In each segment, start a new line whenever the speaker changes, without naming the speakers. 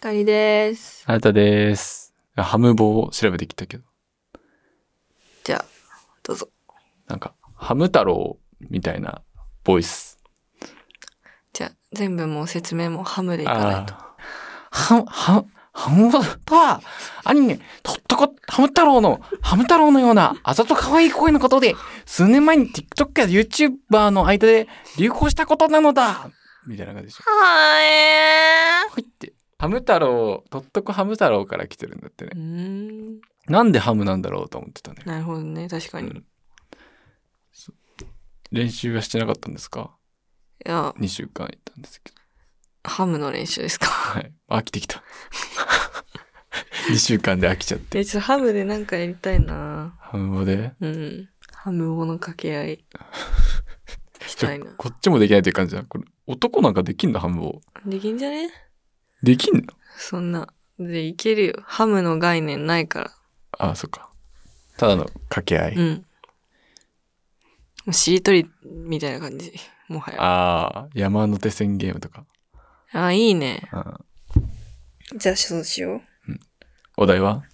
かりです。
あなたです。ハム棒を調べてきたけど、
じゃあ、どうぞ。
なんか、ハム太郎みたいなボイス。
じゃあ、全部もう説明もハムでいかないと。
あーハム、ハム、ハムとは、アニメ、とっとこ、ハム太郎の、ハム太郎のような、あざと可愛い声のことで、数年前に TikTok や YouTuber の間で流行したことなのだみたいな感じでしょ。
はえ
ほいって。ハム太郎、とっとこハム太郎から来てるんだってね
ー。う。ん。
なんでハムなんだろうと思ってたね。
なるほどね、確かに。
う
い
んそ練習はしてなかったんですか
や、
2週間行ったんですけど
ハムの練習ですか。
はい飽きてきた2週間で飽きちゃって
いや、ちょっとハムでなんかやりたいな
ハム語で
うん。ハム語の掛け合い。したいな。
こっちもできないという感じだこれ男なんかできんのハム語
できんじゃね
できんの
そんな。で、いけるよ。ハムの概念ないから。
ああそっかただの掛け合い、
うん。もうしりとりみたいな感じ。もはや。
ああ山手線ゲームとか、
あ、いいね。
うん、
じゃあ、そうしよう。
お題は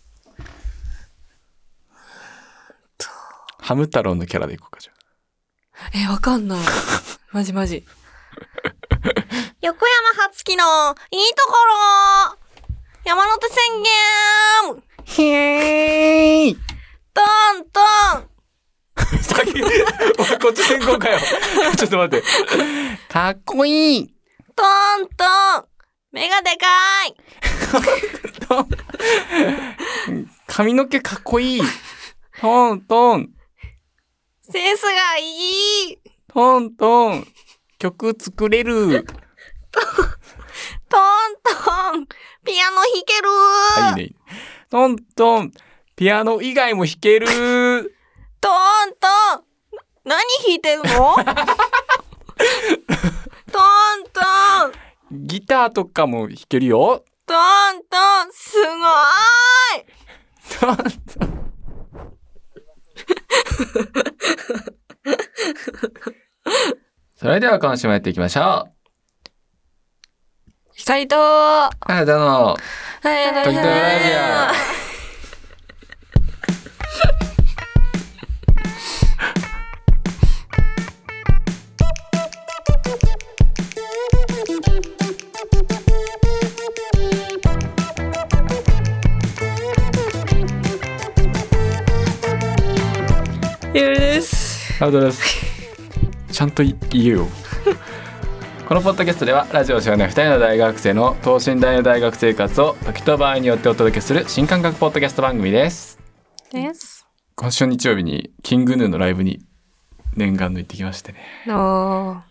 ハム太郎のキャラでいこうかじゃあ
え、わかん ない。マジマジ。
横山初月のいいところ山手宣言
へーい
トントン
先に お前こっち先行かよ ちょっと待ってかっこいい
トントン目がでかい
トン髪の毛かっこいいトントン
センスがいい
トントン曲作れる
トントンピアノ弾ける
あいいねいいねトントンピアノ以外も弾ける
トントン何弾い てるのトントン
ギターとかも弾けるよ
トントンすごい
トントン それでは今週もやっていきましょう
光と、は
あなたの
い、は
時々ラ
ゆるです。
ジオありがとうございますちゃんとい言えよこのポッドキャストではラジオを知らない2人の大学生の等身大の大学生活を時と場合によってお届けする新感覚ポッドキャスト番組です
です。
今週日曜日にキングヌーのライブに念願の行ってきましてね
あ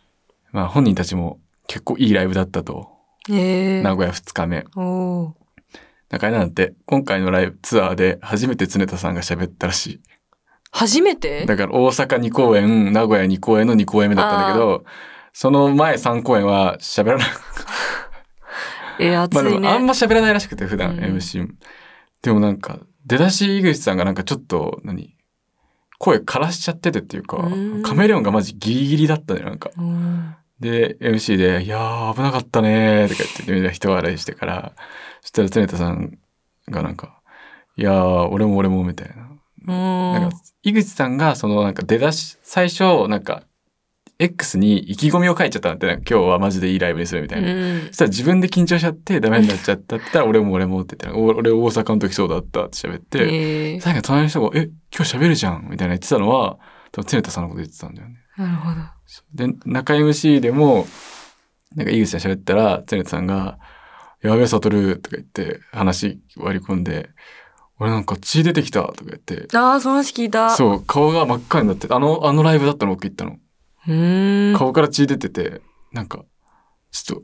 まあ本人たちも結構いいライブだったと
ー。え
名
ー。
古屋2日目
おー。
中井なんて今回のライブツアーで初めて常田さんが喋ったらし
初め
い
て
だから大阪2公演名古屋2公演の2公演目だったんだけどその前3公演は喋らな
えー、熱
まあ
い
でもあん
ね。
ま喋らないらしくて普
う
段
ん
MC、でもなんか出だし井口さんがなんかちょっと何声枯らしちゃっててっていうか、
うん
カメレオンがマジギリギリだったねなんか
うん
で MC で「いやー危なかったね」とか言ってみんな人笑いしてからそしたら常田さんがなんか「いやー俺も俺も」みたいな
うん。
なんか井口さんがそのなんか出だし最初なんか X に意気込みを書いちゃったんだってなんか今日はマジでいいライブにするみた
う
いな、
ん
そし。たら自分で緊張しちゃってダメになっちゃったって言ったら俺も俺もって言ってお俺大阪の時そうだったって喋って、
えー。
最後隣の人が「え今日喋るじゃん」みたいな言ってたのは多分常田さんのこと言ってたんだよね。
なるほど。
で中 MC でもなんか井口さん喋ったら常田さんが「やべえ悟」とか言って話割り込んで「俺なんか血出てきた」とか言って
あー、その話聞いた。う。
そう顔が真っ赤になってあのあのライブだったの僕行ったの。
うーん。
顔から血出てて、なんか、ちょっと、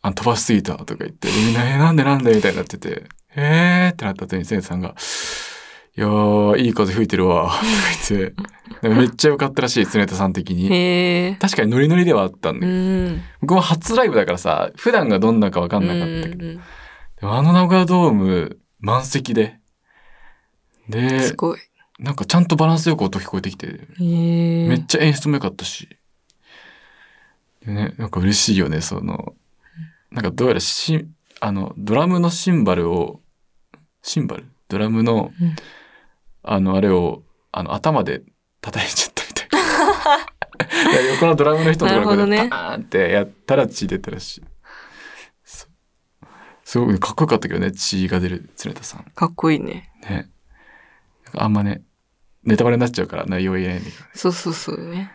あ飛ばしすぎたとか言って、みんな、え、なんでなんでみたいになってて、えーってなった後に生徒さんが、いやー、いい風吹いてるわ、とか言って、なんかめっちゃ良かったらしい、常田さん的に。
へえ
確かにノリノリではあったんだ
ー。う
けど、
ん。
僕も初ライブだからさ、普段がどんなかわかんなかったけど、で
うん
もあの名古屋ドーム、満席で、
うん、
です
ごい。
なんかちゃんとバランスよく音聞こえてきて、
へえー。
めっちゃ演出も良かったし。でね、なんか嬉しいよね、その、なんかどうやらし、あのドラムのシンバルをシンバルドラムの、
うん
あのあれをあの頭で叩いちゃったみたいな いや横のドラムの人のとこ
な
ろ
るほど
で
ね
パーンってやったら血出たらしい、そうすごくかっこよかったけどね血が出る常田さん
かっこいいね。
ねなんかあんまねネタバレになっちゃうから内容言えないんだけど
そうそうそうね。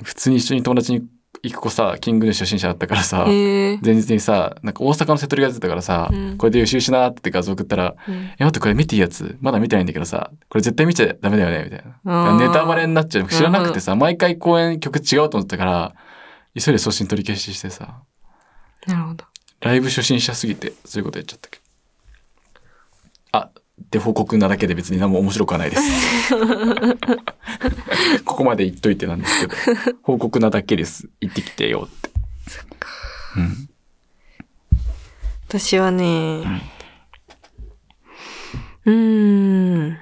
普通に一緒に友達に行く子さキングヌー初心者だったからさ、
へえ。
前日にさなんか大阪の瀬戸りが出てたからさ、
うん
これで予習しなーって画像送ったら「
うん
え待ってこれ見ていいやつまだ見てないんだけどさこれ絶対見ちゃダメだよね」みたい
あ
な
ー
ネタバレになっちゃう知らなくてさ毎回公演曲違うと思ったから急いで送信取り消ししてさ
なるほど。
ライブ初心者すぎてそういうことやっちゃったけどあで報告なだけで別に何も面白くはないです ここまで言っといてなんですけど報告なだけです行ってきてよってうん
私はね、うーん。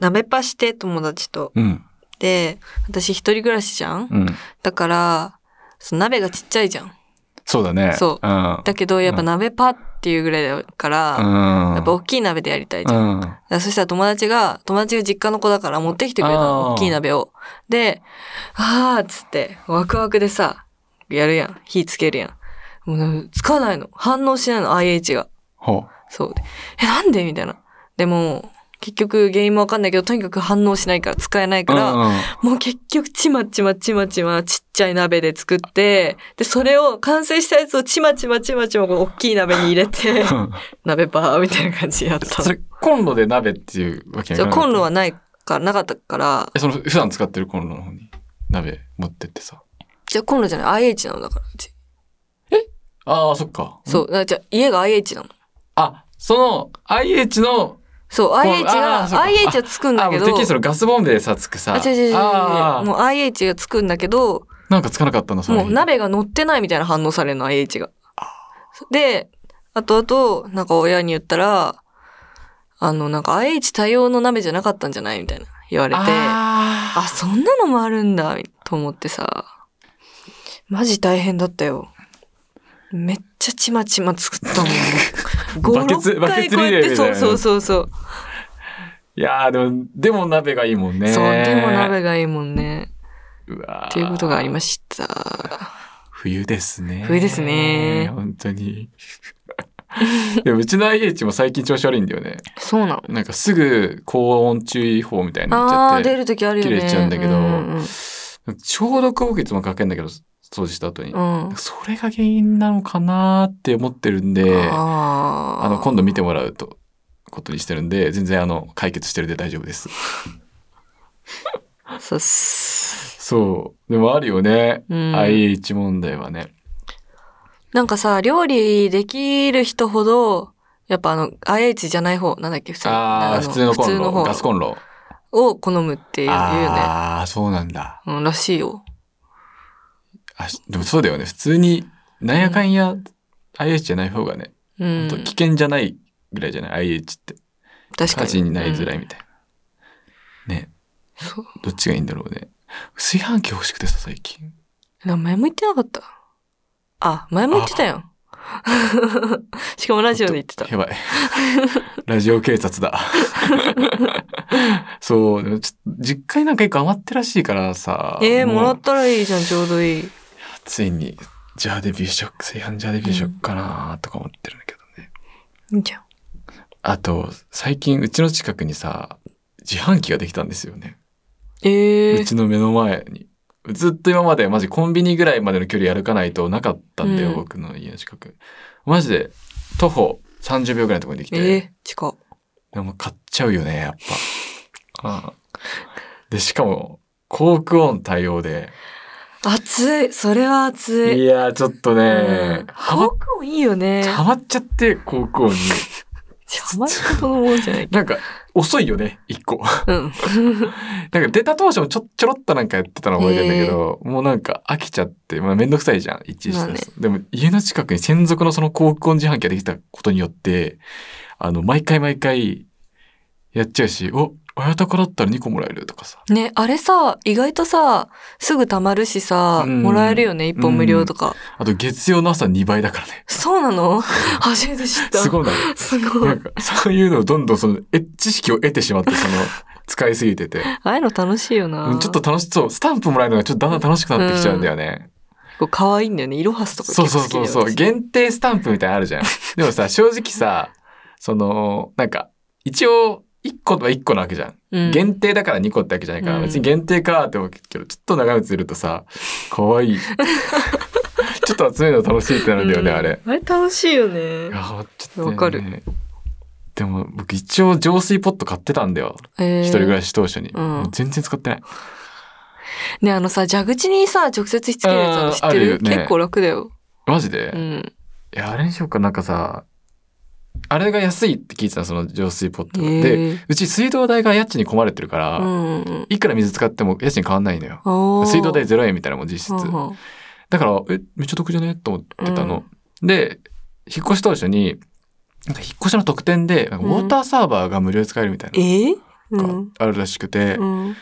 ダメパして友達と。
うん
で、私一人暮らしじゃん、
うん
だから、その鍋がちっちゃいじゃん。
そうだね。
そ
うん。
だけど、やっぱ鍋パっていうぐらいだから、
うん。
やっぱ大きい鍋でやりたいじゃん。
うん。
だからそしたら友達が、友達が実家の子だから持ってきてくれた
あー
の、大きい鍋を。で、あーっつって、ワクワクでさ、やるやん。火つけるやん。もうね、つかないの。反応しないの、IH が。
ほ。
そうで。え、なんでみたいな。でも、結局原因もわかんないけど、とにかく反応しないから、使えないうから、
うんうん
もう結局ちまちまちまちまちっちゃい鍋で作って、で、それを完成したやつをちまちまちまちまこの大きい鍋に入れて、 鍋バーみたいな感じでやったの。
それ、コンロで鍋っていうわけに
そう
いかなかった
コンロはないから、なかったから、
え、その、普段使ってるコンロの方に鍋持ってってさ。
じゃあコンロじゃない、IH なのだから、うち。
ああ、そっか。
そう、だからじゃあ家が IH なの。
あ、その、IH の、
そう、
う
IH
あーそ
が、
うか
IH はつくんだ
あ、も
け
う
ど、
てっきりそのガスボンベでさ、つくさ。
あ、違う違う違う違う
あー
もう IH がつくんだけど、
なんかつかなかったな、それ。
もう。鍋が乗ってないみたいな反応されるの、IH が。で、あとあと、なんか親に言ったら、あの、なんか IH 対応の鍋じゃなかったんじゃないみたいな言われて、あ
ああ。
そんなのもあるんだ、と思ってさ、マジ大変だったよ。めっちゃちまちま作ったもん。
バケツ
5、6
バケ
回
ツ
こう
リレ
や
ー
っ
みたい
て、
な
そうそうそうそう。
いやー、でも、でも鍋がいいもんね。
そう、でも鍋がいいもんね。
うわー。
っていうことがありました。
冬ですね。
冬ですね
本当に。 でもうちの IH も最近調子悪いんだよね。
そうなの。
なんかすぐ高温注意報みたいになっち
あ
ゃ
あー、
っ
出
て。
るときあるよね。
切れちゃうんだけど
うん
消毒をいつもかけんだけど、掃除した後に。
うんうん。
それが原因なのかなーって思ってるんで、あ
あー
の、今度見てもらうと、ことにしてるんで、全然あの、解決してるんで大丈夫です。
そうっす。
そう。でもあるよね。
うん
IH 問題はね。
なんかさ、料理できる人ほど、やっぱあの、IH じゃない方、なんだっけ、普通
ああ、
の
普通のコンロ、ガスコ
ン
ンロ。
ロを好むっていう言うね。
ああ、そうなんだ。
うん、らしいよ。
あしでもそうだよね普通になんやかんや IH じゃない方がね、
う
ほん
ん
と。危険じゃないぐらいじゃない IH って
確か
火
に。
事になりづらいみたいな、ね
うん。そう。
どっちがいいんだろうね炊飯器欲しくてさ最近
な前も言ってなかった。あ、前も言ってたやん。 しかもラジオで言ってた。
やばいラジオ警察だそうでもちょっと実家になんか一個余ってるらしいからさ
えー、
う
もらったらいいじゃん、ちょうどいい。
ついにジャーデビューしよう炊飯ジャーデビューしようかなとか思ってるんだけどね、
いいじゃん。
あと最近うちの近くにさ自販機ができたんですよね
え
う
ー、
ちの目の前に。ずっと今までマジコンビニぐらいまでの距離歩かないとなかったんだよ、
うん
僕の家の近く。マジで徒歩30秒ぐらいのところにでき
え
て、
ー、近っ。
でも買っちゃうよね、やっぱ。うんで、しかも、コークオン対応で。
熱い。それは熱い。
いやー、ちょっとね、ハマ
ハマいいよね。
ハマっちゃって、コークオンに。
ハマったと思うじゃない。
なんか、遅いよね、一個。
うん。
なんか出た当初もちょちょろっとなんかやってたの覚えてんだけど、もうなんか飽きちゃって、まあ、めんどくさいじゃん一時
まあね
でも家の近くに専属のその高校自販機ができたことによってあの毎回毎回やっちゃうしお親宝だったら2個もらえるとかさ。
ね、あれさ、意外とさ、すぐ貯まるしさ、
うん
もらえるよね、一本無料とか。
あと月曜の朝2倍だからね。
そうなの初めて知った。
すごいな。
すごい。
なんか、そういうのをどんどんその、え、知識を得てしまって、 その、使いすぎてて。
ああいうの楽しいよ
う
な。
んちょっと楽しそう。スタンプもらえるのがちょっとだんだん楽しくなってきちゃうんだよね。
結構可愛いんだよね。イロハスとか結
そ
構
うそう
好きだ
そ
よ
うそ
私
う。限定スタンプみたいなのあ るじゃん。でもさ、正直さ、その、なんか、一応、1個は1個なわけじゃん。
うん
限定だから2個ってわけじゃないから、
うん
別に限定かって思うけど、ちょっと長めするとさ、かわ いい。ちょっと集めるの楽しいってなるんだよね、
うん
あれ。
あれ楽しいよね
いや。ーちょっとね
わかる
でも僕一応浄水ポット買ってたんだよ。
えー
一人暮らし当初に。
うん
もう全然使ってない。
ね、あのさ、蛇口にさ、直接しつけるやつあるの知って
あーある
る
よね
結構楽だよ。
マジで、
う
い
ん。
や、あれにしようか。なんかさ、あれが安いって聞いてたのその浄水ポットが。で、
えー
うち水道代が家賃に困れてるから、
うんうん
いくら水使っても家賃変わんないのよ。
おー。
水道代0円みたいなのもん実質。
うんうん
だから、え、めっちゃ得じゃねと思ってたの。で、引っ越し当初に、なんか引っ越しの特典で、なんかウォーターサーバーが無料で使えるみたい
えー
なのがあるらしくて、
うん。うん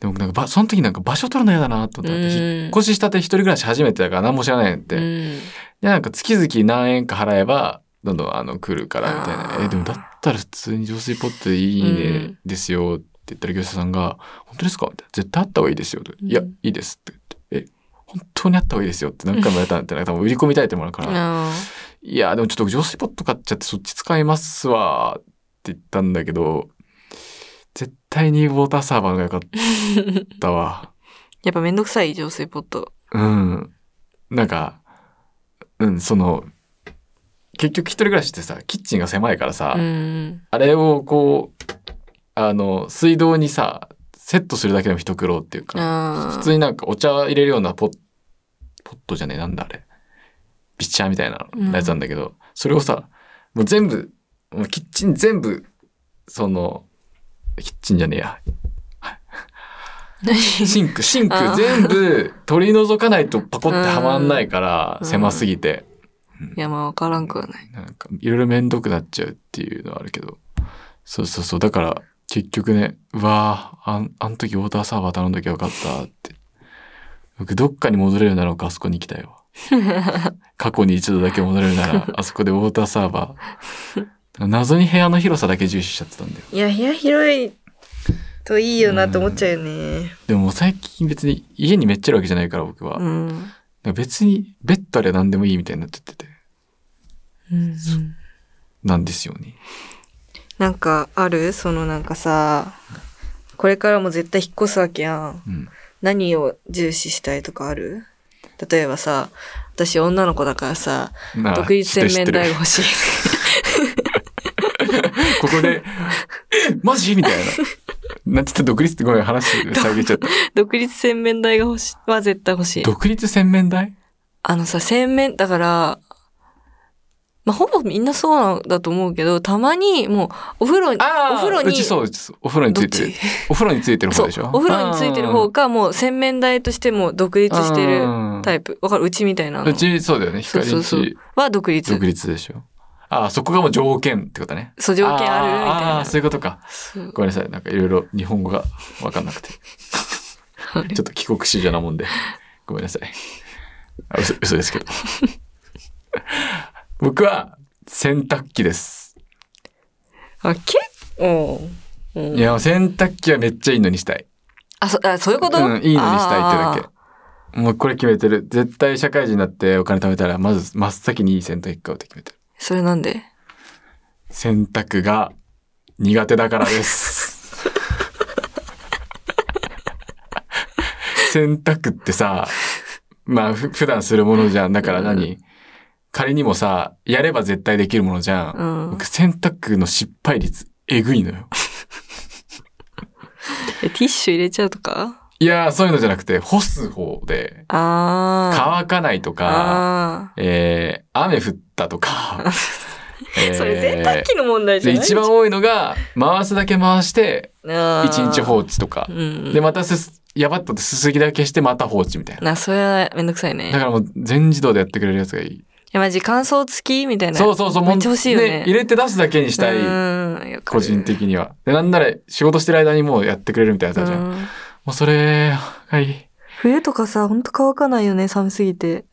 でもなんかば、その時なんか場所取るの嫌だなと思って、
うん
引っ越ししたて一人暮らし初めてだから何も知らないんって。
うん
で、なんか月々何円か払えば、どんどんあの来るからみたい
あ
な。
ー
え、でもだったら普通に浄水ポットでいいねですよって言ったら業者さんが、本当ですかみたいな。絶対あった方がいいですよって。いや、
うん
いいですって言って。え、本当にあった方がいいですよって何回も言われたんだって、多分売り込みたいってもらうから。
あ
いや、でもちょっと浄水ポット買っちゃってそっち使いますわって言ったんだけど、絶対にウォーターサーバーが良かっ
ー
たわ。
やっぱめんどくさい浄水ポット。
うん。なんか、うん、その、結局一人暮らしってさ、キッチンが狭いからさ、
うん。
あれをこう、あの、水道にさ、セットするだけでも一苦労っていうか、
あー
普通になんかお茶入れるようなポッ、ポットじゃねえ、なんだあれ。ビッチャーみたいな
うん
やつなんだけど、それをさ、もう全部、もうキッチン全部、その、キッチンじゃねえや。 シンク、 シンク
あー
全部取り除かないとパコってはまんないから、
うん
狭すぎて。
いや、まあわからんくはない。
なんか、いろいろめんどくなっちゃうっていうのはあるけど。そうそうそう。だから、結局ね、うわぁ、あん、あの時ウォーターサーバー頼んどきゃよかったって。僕、どっかに戻れるなら僕あそこに行きたい わ。過去に一度だけ戻れるなら、あそこでウォーターサーバー。謎に部屋の広さだけ重視しちゃってたんだよ。
いや、部屋広いといい
よなって思っちゃ
うよね。
でももう最近別に家にめっちゃあるわけじゃないから僕は。だ
う
か
ん。
ら別にベッドあれば何でもいいみたいになっちゃってて。
うん
なんですよね。
なんかあるそのなんかさ、これからも絶対引っ越すわけやん。
うん。
何を重視したいとかある例えばさ、私女の子だからさ、
なあ
独立洗
知っ
面
てる知って
台
る
が欲しい。
ここで、 えマジみたいな。なんつって独立ってごめん、話下げちゃった。
独立洗面台が欲しい。は絶対欲しい。
独立洗面台
あのさ、洗面、だから、まあ、ほぼみんなそうなんだと思うけど、たまにもう、お風呂に、お風呂に、
うちそう、うちそう。お風呂につ
どっ
いてる
ち。
お風呂についてる方
そう
でしょ、
お風呂についてる方
が
か、もう洗面台としても独立してるタ
イ
イプ。わかるうちみたいなの。
うち、そうだよね。
そう
光
そうそう
日。
は独立。
独立でしょ。ああ、そこがもう条件ってことね。
そう、条件あるみたい
あー
な。
あー、そういうことか。
そう
ごめんなさい。なんかいろいろ日本語がわかんなくて。
あれ
ちょっと帰国子女なもんで。ごめんなさい。あ嘘嘘ですけど。 僕は洗濯機です。
あ、け
おううん
いや、洗濯機はめっちゃいいのにしたい。
あ、そ、あ、そういうこと、
うん、いいのにしたいって
あ
だけ。もうこれ決めてる。絶対社会人になってお金貯めたら、まず真っ先にいい洗濯機買うって決めてる。
ー。それなんで
洗濯が苦手だからです。 洗濯ってさ、まあふ普段するものじゃん。だから何、仮にもさ、やれば絶対できるものじゃん。
うん
僕洗濯の失敗率、えぐいのよ。
え、ティッシュ入れちゃうとか
いやー、そういうのじゃなくて、干す方で、
あー。
乾かないとか、
あ
えー、雨降ったとか。えー
それ洗濯機の問題じ
で
ゃない
一番多いのが、回すだけ回して、
あ
一
ー
日放置とか
ー。。うん。
で、またすす、やばっとってすすぎだけしてまた放置みたいな。
な、それはめんどくさいね
だ。からもう全自動でやってくれるやつがいい。
や、マジ感想付きみたいな。
そうそうそう、
めっちゃ欲しいよね。
入れて出すだけにしたい。
うんわかる
個人的には。で、なんなら仕事してる間にもうやってくれるみたいなやつあるじゃん。
う
も
ん
うそれ、はい。い
冬とかさ、ほんと乾かないよね、寒すぎて。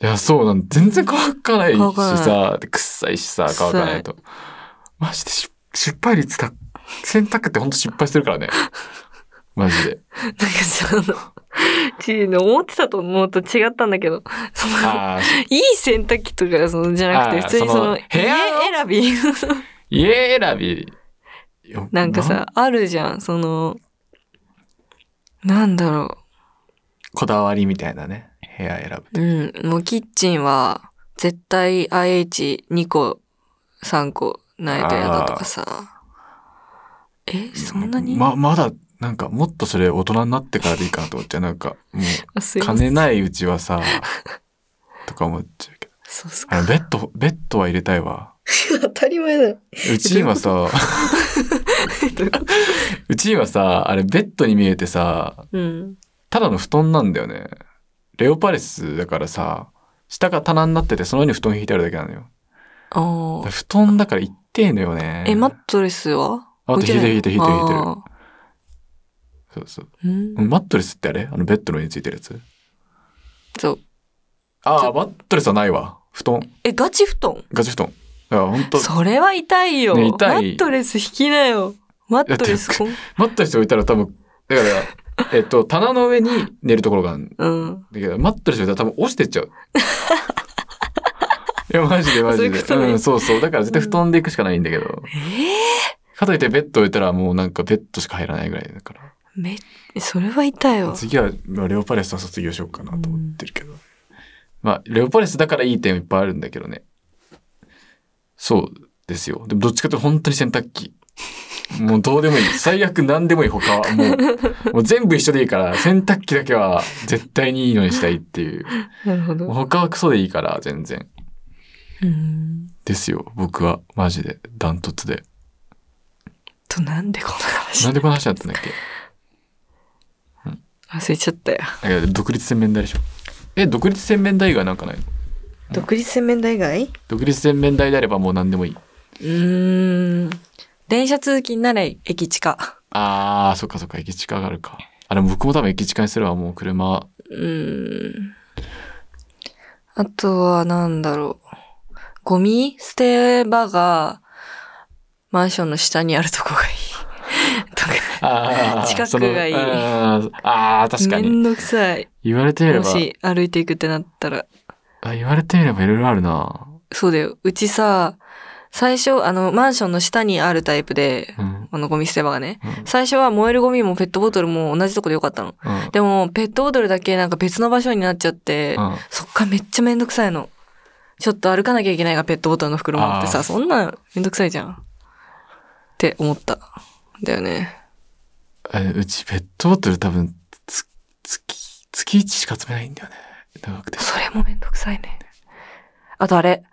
や、そうなん全然乾かないし
乾かない
さ、で臭いしさ、乾かないと。マジでし失敗率た、洗濯ってほんと失敗してる からね。マジで。
なんかさ、あの、ち思ってたと思うと違ったんだけど、その、
ああ、
いい洗濯機とか、その、じゃなくて、
あー
普通にそ
そ
の、
の部屋の
選び。
家選び。よ
なんかさ、、あるじゃん、その、なんだろ
こだわりみたいなね。部屋選
う。うん、もうキッチンは、絶対 IH2 個、3個、ないとやだとかさ。え、
ぶ。
そんなに、
ま、まだ、なんか、もっとそれ大人になってからでいいかなと思って、なんか、も
あすいませ
う、金
ん。
ないうちは さ、とか思っちゃうけど。
そうっす
あ
か。
の、ベッド、ベッドは入れたいわ。
当たり前だよ。
うちはさ、うちはさ、あれ、ベッドに見えてさ、
うん。
ただの布団なんだよね。レオパレスだからさ、下が棚になってて、その上に布団引いてあるだけなのよ。
あ
だ
ー
から布団だから一定のよね。
え、マットレスは
あ
置
引いてる引いてる引いてる引いてる
あ
そうそう。
ーうん
マットレスってあれあのベッドの上についてるやつ
そう。
ああ、マットレスはないわ。布団。
え、ガチ布団
ガチ布団。だから本当
それは痛いよ。
ね痛
マ
い
ットレス引きなよ。マットレスこん、
マットレス置いたら多分、だから、え っと、棚の上に寝るところがあるん
うん。
だけど、マットレス置いたら多分落ちてっちゃう。 いや、マジでマジ
そういう
で。
ことね
ん、そうそう。だから絶対布団で行くしかないんだけど。
え
かといってベッド置いたらもうなんかベッドしか入らないぐらいだから。
ー、め、それは痛いわ。
次は、まあ、レオパレスは卒業しようかなと思ってるけど、まあレオパレスだからいい点いっぱいあるんだけどねそうですよでもどっちかというと本当に洗濯機もうどうでもいい最悪何でもいい他はもうもう全部一緒でいいから洗濯機だけは絶対にいいのにしたいっていう
なるほ
もう
ど。
他はクソでいいから全然
うん。
ですよ僕はマジでダントツで
と、なんでこんな話
なんでこの話だったんだっけ
忘れちゃったよ。
だから独立洗面台でしょえ独立洗面台以外なんかないの
独立洗面台以外
独立洗面台であればもう何でもいいう
ーん。電車通勤なら駅近。
ああ、そっかそっか、駅近があるか。あ、でも僕も多分駅近にすればもう車、
うーん。あとは、なんだろう。ゴミ捨て場が、マンションの下にあるとこがいい。とか、
あ ー
近く
その
がいい
あーあー、確か
め
に。
んどくさい。
言われてみれ
も
ば、
し歩いていくってなったら。
あ言われてみればいろいろあるな。
そうだよ。うちさ、最初、あの、マンションの下にあるタイプで
う、ん。
あの、ゴミ捨て場がね。
うん。
最初は燃えるゴミもペットボトルも同じとこでよかったの。
うん
でも、ペットボトルだけなんか別の場所になっちゃって、
うん
そっかめっちゃめんどくさいの。ちょっと歩かなきゃいけないがペットボトルの袋持って
あ
さ、
ー
そんなんめんどくさいじゃん。って思った。だよね。
えうちペットボトル多分、つ月、月1しか集めないんだよね。長くて。
それもめんどくさいね。あとあれ。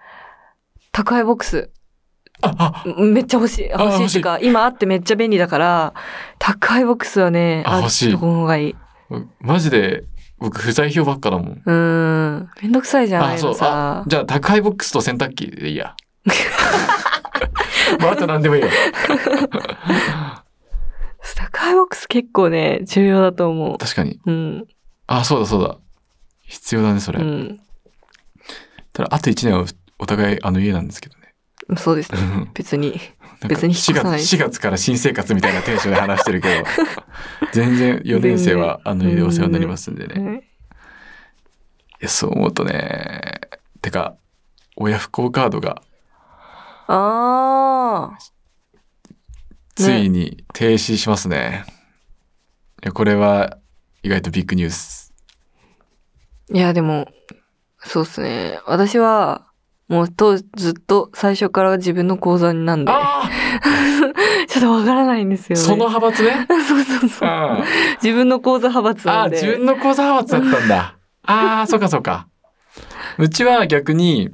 宅配ボックス。
あ、
めっちゃ欲しい。
あ
欲しいっていうか、今あってめっちゃ便利だから、宅配ボックスはね、
あ欲しい
とこの方がいい。
あ、マジで、僕不在票ばっかだもん。
うーん。めんどくさいじゃん、ああ
あ、
いう
そ
の
う。あ
さ、。
じゃあ宅配ボックスと洗濯機でいいや。 もうあと何でもいいよ。
宅配ボックス結構ね、重要だと思う。
確かに。
うん。
あ、そうだそうだ。必要だね、それ。
うん。
ただ、あと1年はお互いあの家なんですけど ね。
そうですね。
なんか
別に。別に引っ越さない
4月。4月から新生活みたいなテンションで話してるけど、全然4年生はあの家でお世話になりますんでね。いや、そう思うとね、てか、親不幸カードが
ああ。
ついに停止しますね。いや、これは意外とビッグニュース。
いや、でも、そうっすね。私は、もうと、ずっと最初から自分の口座になんで、
あ
ちょっとわからないんです
あ
よね。
そ の派閥ね。
そうそう
うん
そう。
あ
自分の口座派閥な
あ、
んで。
自分の口座派閥だったんだ。ああ、そうかそうか。うちは逆に、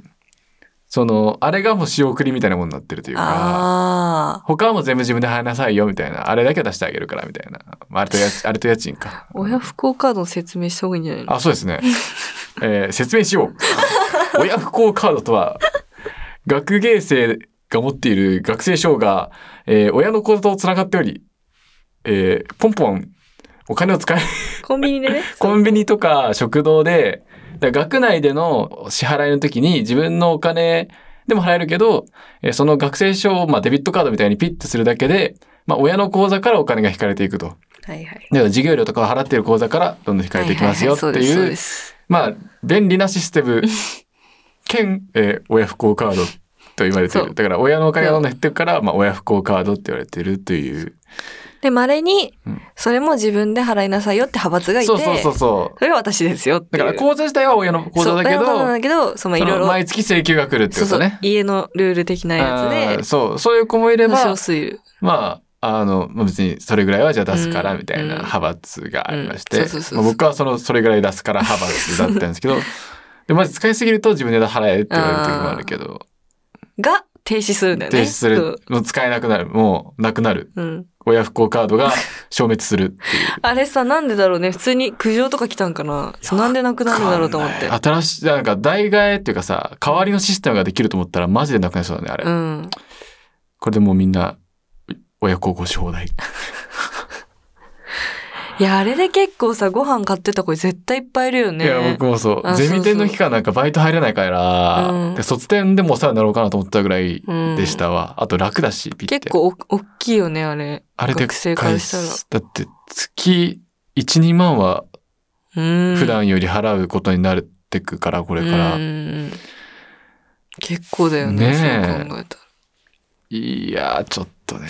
その、あれがもう仕送りみたいなものになってるというか、
ああ。
他はもう全部自分で払いなさいよみたいな、あれだけは出してあげるからみたいな。まあ、あれ とや、あれと家賃か。
親不幸カードの説明した方がいいんじゃないの
あ、そうですね。えー説明しよう。 親不孝カードとは、学芸生が持っている学生証が、えー親の口座とつながっており、えーポンポンお金を使え、
コンビニでね。
コンビニとか食堂で、だから学内での支払いの時に自分のお金でも払えるけど、えーその学生証を、まあ、デビットカードみたいにピッてするだけで、まあ、親の口座からお金が引かれていくと。
はいはい。
だから授業料とかを払っている口座からどんどん引かれていきますよって
はははそうですそう
い
で
う、
す。
まあ、便利なシステム兼、えー親不孝カードと言われてい
そう
る。だから親のお金がどんどん減っていくから、まあ、親不孝カードって言われているという。
で、稀に
うん、
それも自分で払いなさいよって派閥がいて、
そうそうそうそう。
それが私ですよって
だ
いう。
から口座自体は親の口座だけ
そう親の口座なん
ど、
だけど、そのい
そ
ろい
の
ろ、
毎月請求が来るって
そう
こ
そ
と
う
ね。
家のルール的なや
あー
つ
そう、そういう子もいれ
で、
ば
少、数
まあ、あの、まあ別にそれぐらいはじゃあ出すから
うん
みたいな派閥がありまし
う
て
んそうそうそう、そう
まあ僕はその、それぐらい出すから派閥だったんで すけど、で、まず使いすぎると自分で払えって言われる時もあるけど、
が停止するんだよね。
停止する。もう使えなくなる。もうなくなる。
そう。うん。
親不孝カードが消滅するっていう。
あれさ、なんでだろうね。普通に苦情とか来たんかな。そうなんでなくなるんだろうと思って
わ。かんない新しい、なんか代替えっていうかさ、代わりのシステムができると思ったらマジでなくなりそうだね、あれ。
うん。
これでもうみんな、親孝行し放題。
いや、あれで結構さ、ご飯買ってた子絶対いっぱいいるよね。
いや、僕もそ
あ
う。ゼミ
そう
展
そう
の期間なんかバイト入れないから、
うん
で卒展でもお世話になろうかなと思ったぐらいでしたわ。あと楽だし、ピッて。
結構お、大きいよね、あれ。
あれでっ
学生からしたら
だって月1、2万は
うん。
普段より払うことになってくから、こ
こ
れから。
結構だよね、
ねえ
そう考えたら。
いやー、ちょっとね。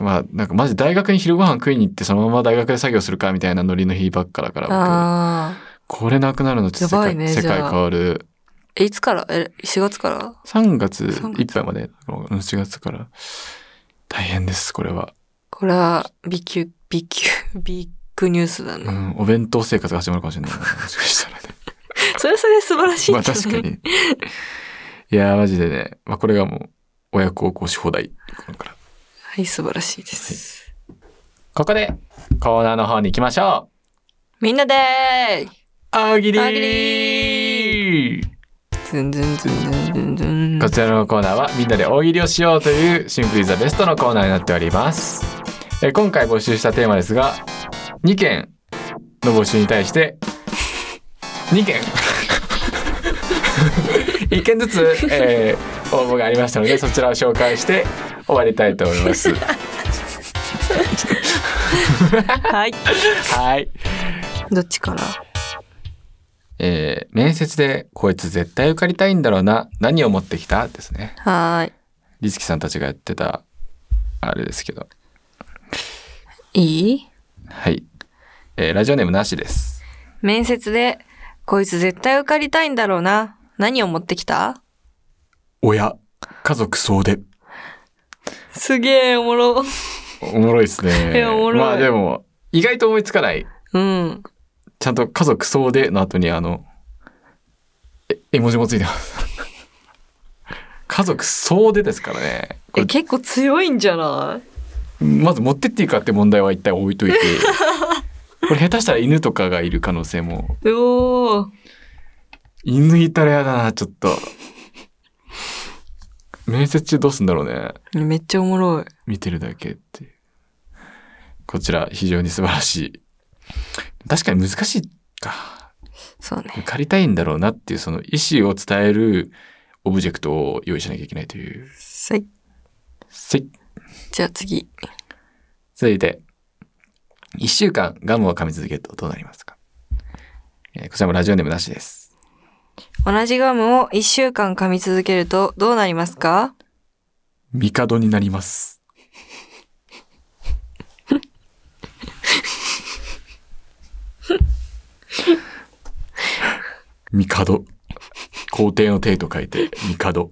まあ、なんかマジ大学に昼ご飯食いに行ってそのまま大学で作業するかみたいなノリの日ばっかだから、
あ
僕これなくなるのちょっと世
やば
界,、
いね
世界
じゃあ
変わる。
あ。え、いつからえ、4月から
3月
3月
いっぱいまで、うん4月から。大変です、これは。
これは、ビ級、ビ級、ビッグニュー スだ
う
ね。
ん、お弁当生活が始まるかもしれないな。もしかしたらね。
それはそれで素晴らしい
まあ
けどね
確かに。いやー、マジでね。まあこれがもう、親孝行し放題。これから
はい、素晴らしいです。
ここで、コーナーの方に行きましょう。
みんなでー
大喜利
大喜利ズンズンズンズンズン
こちらのコーナーはみんなで大喜利をしようというシンプルイズザベストのコーナーになっております。えー今回募集したテーマですが、2件の募集に対して、2件 1件ずつ、えー応募がありましたので、そちらを紹介して終わりたいと思います。
はい。
はい。
どっちから
えー面接でこいつ絶対受かりたいんだろうな、何を持ってきたですね。
はー
リツキさんたちがやってた、あれですけど。
い。いい
はい。えーラジオネームなしです。
面接で、こいつ絶対受かりたいんだろうな。何を持ってきた
親、家族総出。
すげえ、おもろ。
おもろいですね。
えおもろい
まあでも、意外と思いつかない。
うん。
ちゃんと家族総出の後にあの、え、絵文字もついてます。 家族総出ですからね。
え、
これ
結構強いんじゃない
まず持ってっていいかって問題は一旦置いといて。これ下手したら犬とかがいる可能性も。
うおー。
犬いたらやだな、ちょっと。面接中どうすんだろうね。
めっちゃおもろい。
見てるだけっていう。こちら、非常に素晴らしい。確かに難しいか。
そうね。
受かりたいんだろうなっていう、その意思を伝えるオブジェクトを用意しなきゃいけないという。
さい。
せい
じゃあ次。
続いて、1週間ガムを噛み続けるとどうなりますか、えーこちらもラジオネームなしです。
同じガムを1週間噛み続けるとどうなりますか
帝になります。帝。皇帝の帝と書いて、帝。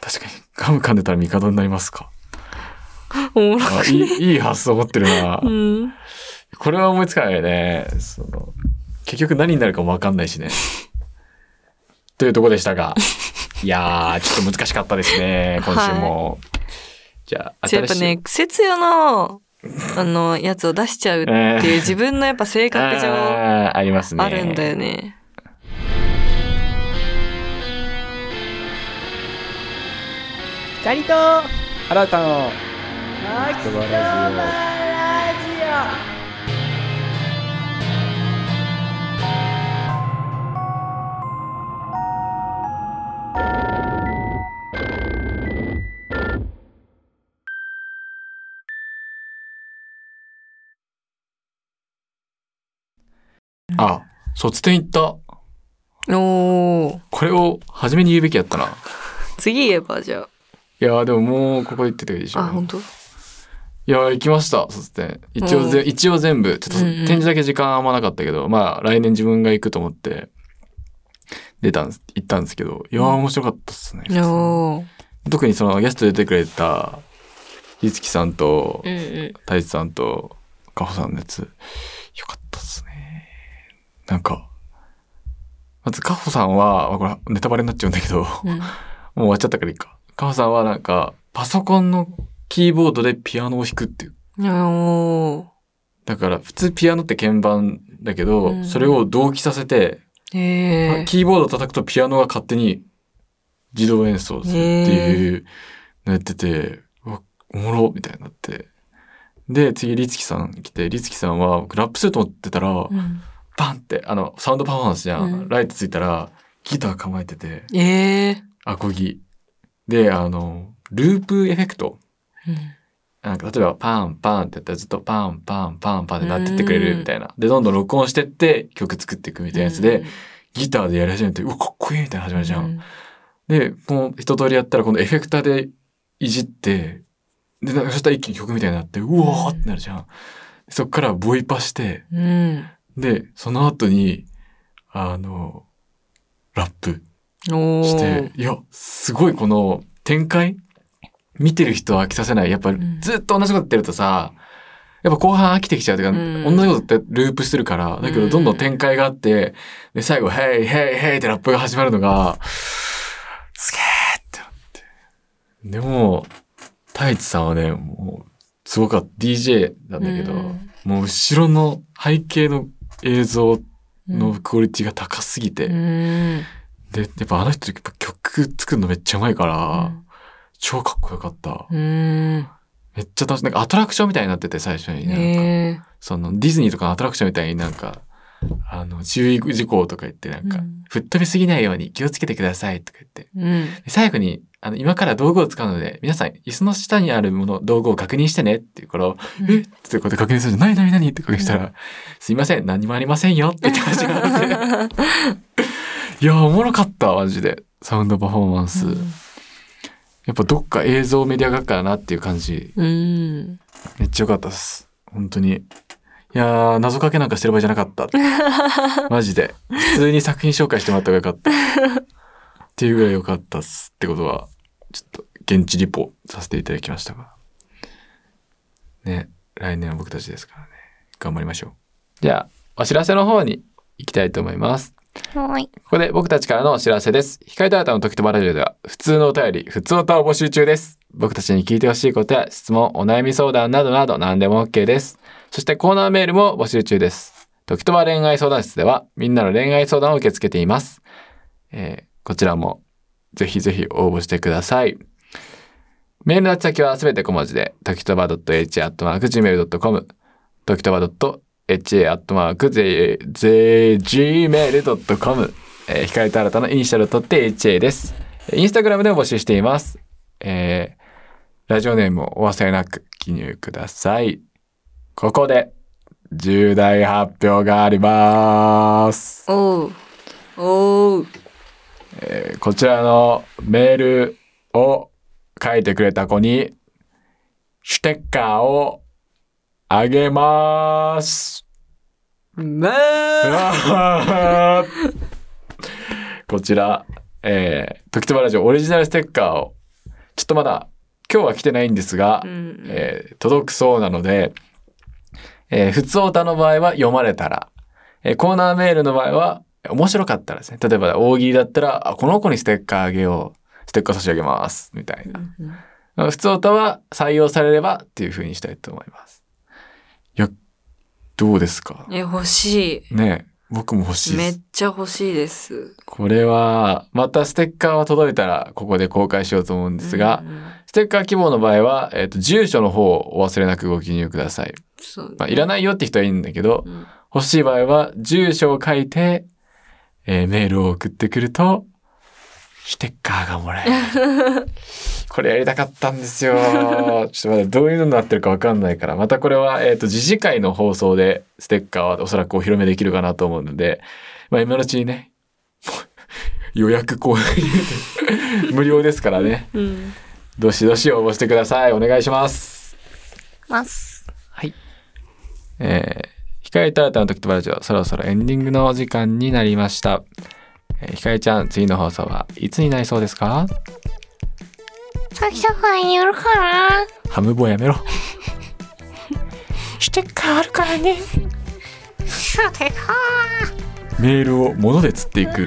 確かに、ガム噛んでたら帝になりますか。
おもろ。
あいい、いい発想持ってるな
う。ん。
これは思いつかないよね。その、結局何になるかもわかんないしね。というとこでし たが、いやー、ちょっと難しかったですね、今週も。じゃあ、
ちょやっ
新
ぱ
しい。
ね、癖強の、あの、やつを出しちゃうって
え
いう
ー
自分のやっぱ性格上
あーありますね。
あるんだよね。
チャリとマ
新たの
キ
バラ
ラジオ
あ、卒展行った。
おー。
これを初めに言うべきやったな。
次言えば、じゃ
いやーでももうここで言ってたらいいでし
あ。
ょ。
あ、本当
いやー行きました卒展。一応ぜ一応全部ちょっと
うんうん
展示だけ時間あんまなかったけど、まあ来年自分が行くと思って出たんです行ったんですけど、いやー面白かったっすね。普通に
おー。
特にそのゲストで出てくれたいつきさんと
うんうん。
太一さんとかほさんのやつよかったっすねなんかまずかほさんはまあこれネタバレになっちゃうんだけども
うん、
う終わっちゃったからいいかかほさんはなんかパソコンのキーボードでピアノを弾くっていう
お
だから普通ピアノって鍵盤だけど、
うん
それを同期させて、
ー。えー。
キーボード叩くとピアノが勝手に自動演奏するっていうのやってて、うわおもろみたいになって。で、次、リツキさん来て、リツキさんは、僕ラップすると思ってたら、
うん
バンって、あの、サウンドパフォーマンスじゃん。
うん
ライトついたら、ギター構えてて、
えー。
アコギ。で、あの、ループエフェクト。なんか例えばパンパンってやったらずっとパンパンパンパンってなってってくれるみたいな。で、どんどん録音してって曲作っていくみたいなやつで、ギターでやり始めて、うわ、かっこいいみたいな始まるじゃん。で、この一通りやったら、このエフェクターでいじって、で、なんかそしたら一気に曲みたいになって、うわーってなるじゃん。そっからボイパして、
うん。うん。
で、その後に、あの、ラップ
おー。
して、いや、すごいこの展開見てる人は飽きさせない。やっぱ
ん
ずっと同じことやってるとさ、やっぱ後半飽きてきちゃうというか、
うん
同じことってループしてるから、だけどどんどん展開があって、で、最後、ヘイヘイヘイってラップが始まるのが、すげーってなって。でも、太一さんはね、もう、すごかった。DJ なんだけど、
うん
もう後ろの背景の映像のクオリティが高すぎて、
うん。
で、やっぱあの人、やっぱ曲作るのめっちゃうまいから、
うん
超かっこよかった。
うん。
めっちゃ楽しい。なんかアトラクションみたいになってて、最初にね。なんか
え
そのディズニーとかのアトラクションみたいになんか、あの、注意事項とか言って、なんか、
うん
吹っ飛びすぎないように気をつけてくださいとか言って。
ー。うん。
で最後に、あの、今から道具を使うので、皆さん、椅子の下にあるもの、道具を確認してねっていうから、
うん
えってことで確認するじゃん。何何何って確認したら、すいません、何もありませんよって言って話があって。 いや、おもろかった、マジで。サウンドパフォーマンス。やっぱどっか映像メディア学科だなっていう感じ。
うん。
めっちゃ良かったっす。本当に。いやー、謎かけなんかしてる場合じゃなかった。マジで。普通に作品紹介してもらった方が良かった。っていうぐらい良かったっす。ってことは、ちょっと現地リポさせていただきましたが。ね、来年は僕たちですからね。頑張りましょう。じゃあ、お知らせの方に行きたいと思います。
はい。
ここで僕たちからのお知らせです。光とアートの時とばラジオでは、普通のお便り、普通歌を募集中です。僕たちに聞いてほしいことや質問、お悩み相談などなど何でも OK です。そしてコーナーメールも募集中です。時とば恋愛相談室では、みんなの恋愛相談を受け付けています。えーこちらも、ぜひぜひ応募してください。メールの宛先はすべて小文字で、時とば .h.gmail.com、時とば .ha.gmail.com えー、光と新たのイニシャルを取って HA です。えーインスタグラムでも募集しています。えーラジオネームをお忘れなく記入ください。ここで、重大発表があります。
おう。おう。
えーこちらのメールを書いてくれた子に、ステッカーをあげます。
まあ。
あー こちら、えー、時とばラジオオリジナルステッカーを、ちょっとまだ今日は来てないんですが、
うん
えー届くそうなので、えー、普通歌の場合は読まれたら、えーコーナーメールの場合は面白かったらですね、例えば大喜利だったら、あ、この子にステッカーあげよう。ステッカー差し上げます。みたいな。普通歌は採用されればっていう風にしたいと思います。いや、どうですか
え、欲し
ねえ僕も欲し
い。
い
め
で
っ
す。
ちゃ欲しいです。
これは、またステッカーは届いたら、ここで公開しようと思うんですが、
うん
ステッカー希望の場合は、えっ、と、住所の方をお忘れなくご記入ください。
そう。
まあ、いらないよって人はいいんだけど
う、ん
欲しい場合は、住所を書いて、えーメールを送ってくると、ステッカーがもらえる。 これやりたかったんですよ。ちょっとまだどういうのになってるかわかんないから、またこれは、えっ、と、次次回の放送で、ステッカーはおそらくお披露目できるかなと思うので、まあ、今のうちにね、 予約購入無料ですからね、
うん。
どしどし応募してください。お願いします。
ます。
はい。えー、ひかえたらたの時とばラジオ、そろそろエンディングのお時間になりました。えー、ひかえちゃん、次の放送はいつになりそうですか
作者会によるから。
ハムボーや めろ。ステッカーあるからね。
さてか。
メールを物で釣っていく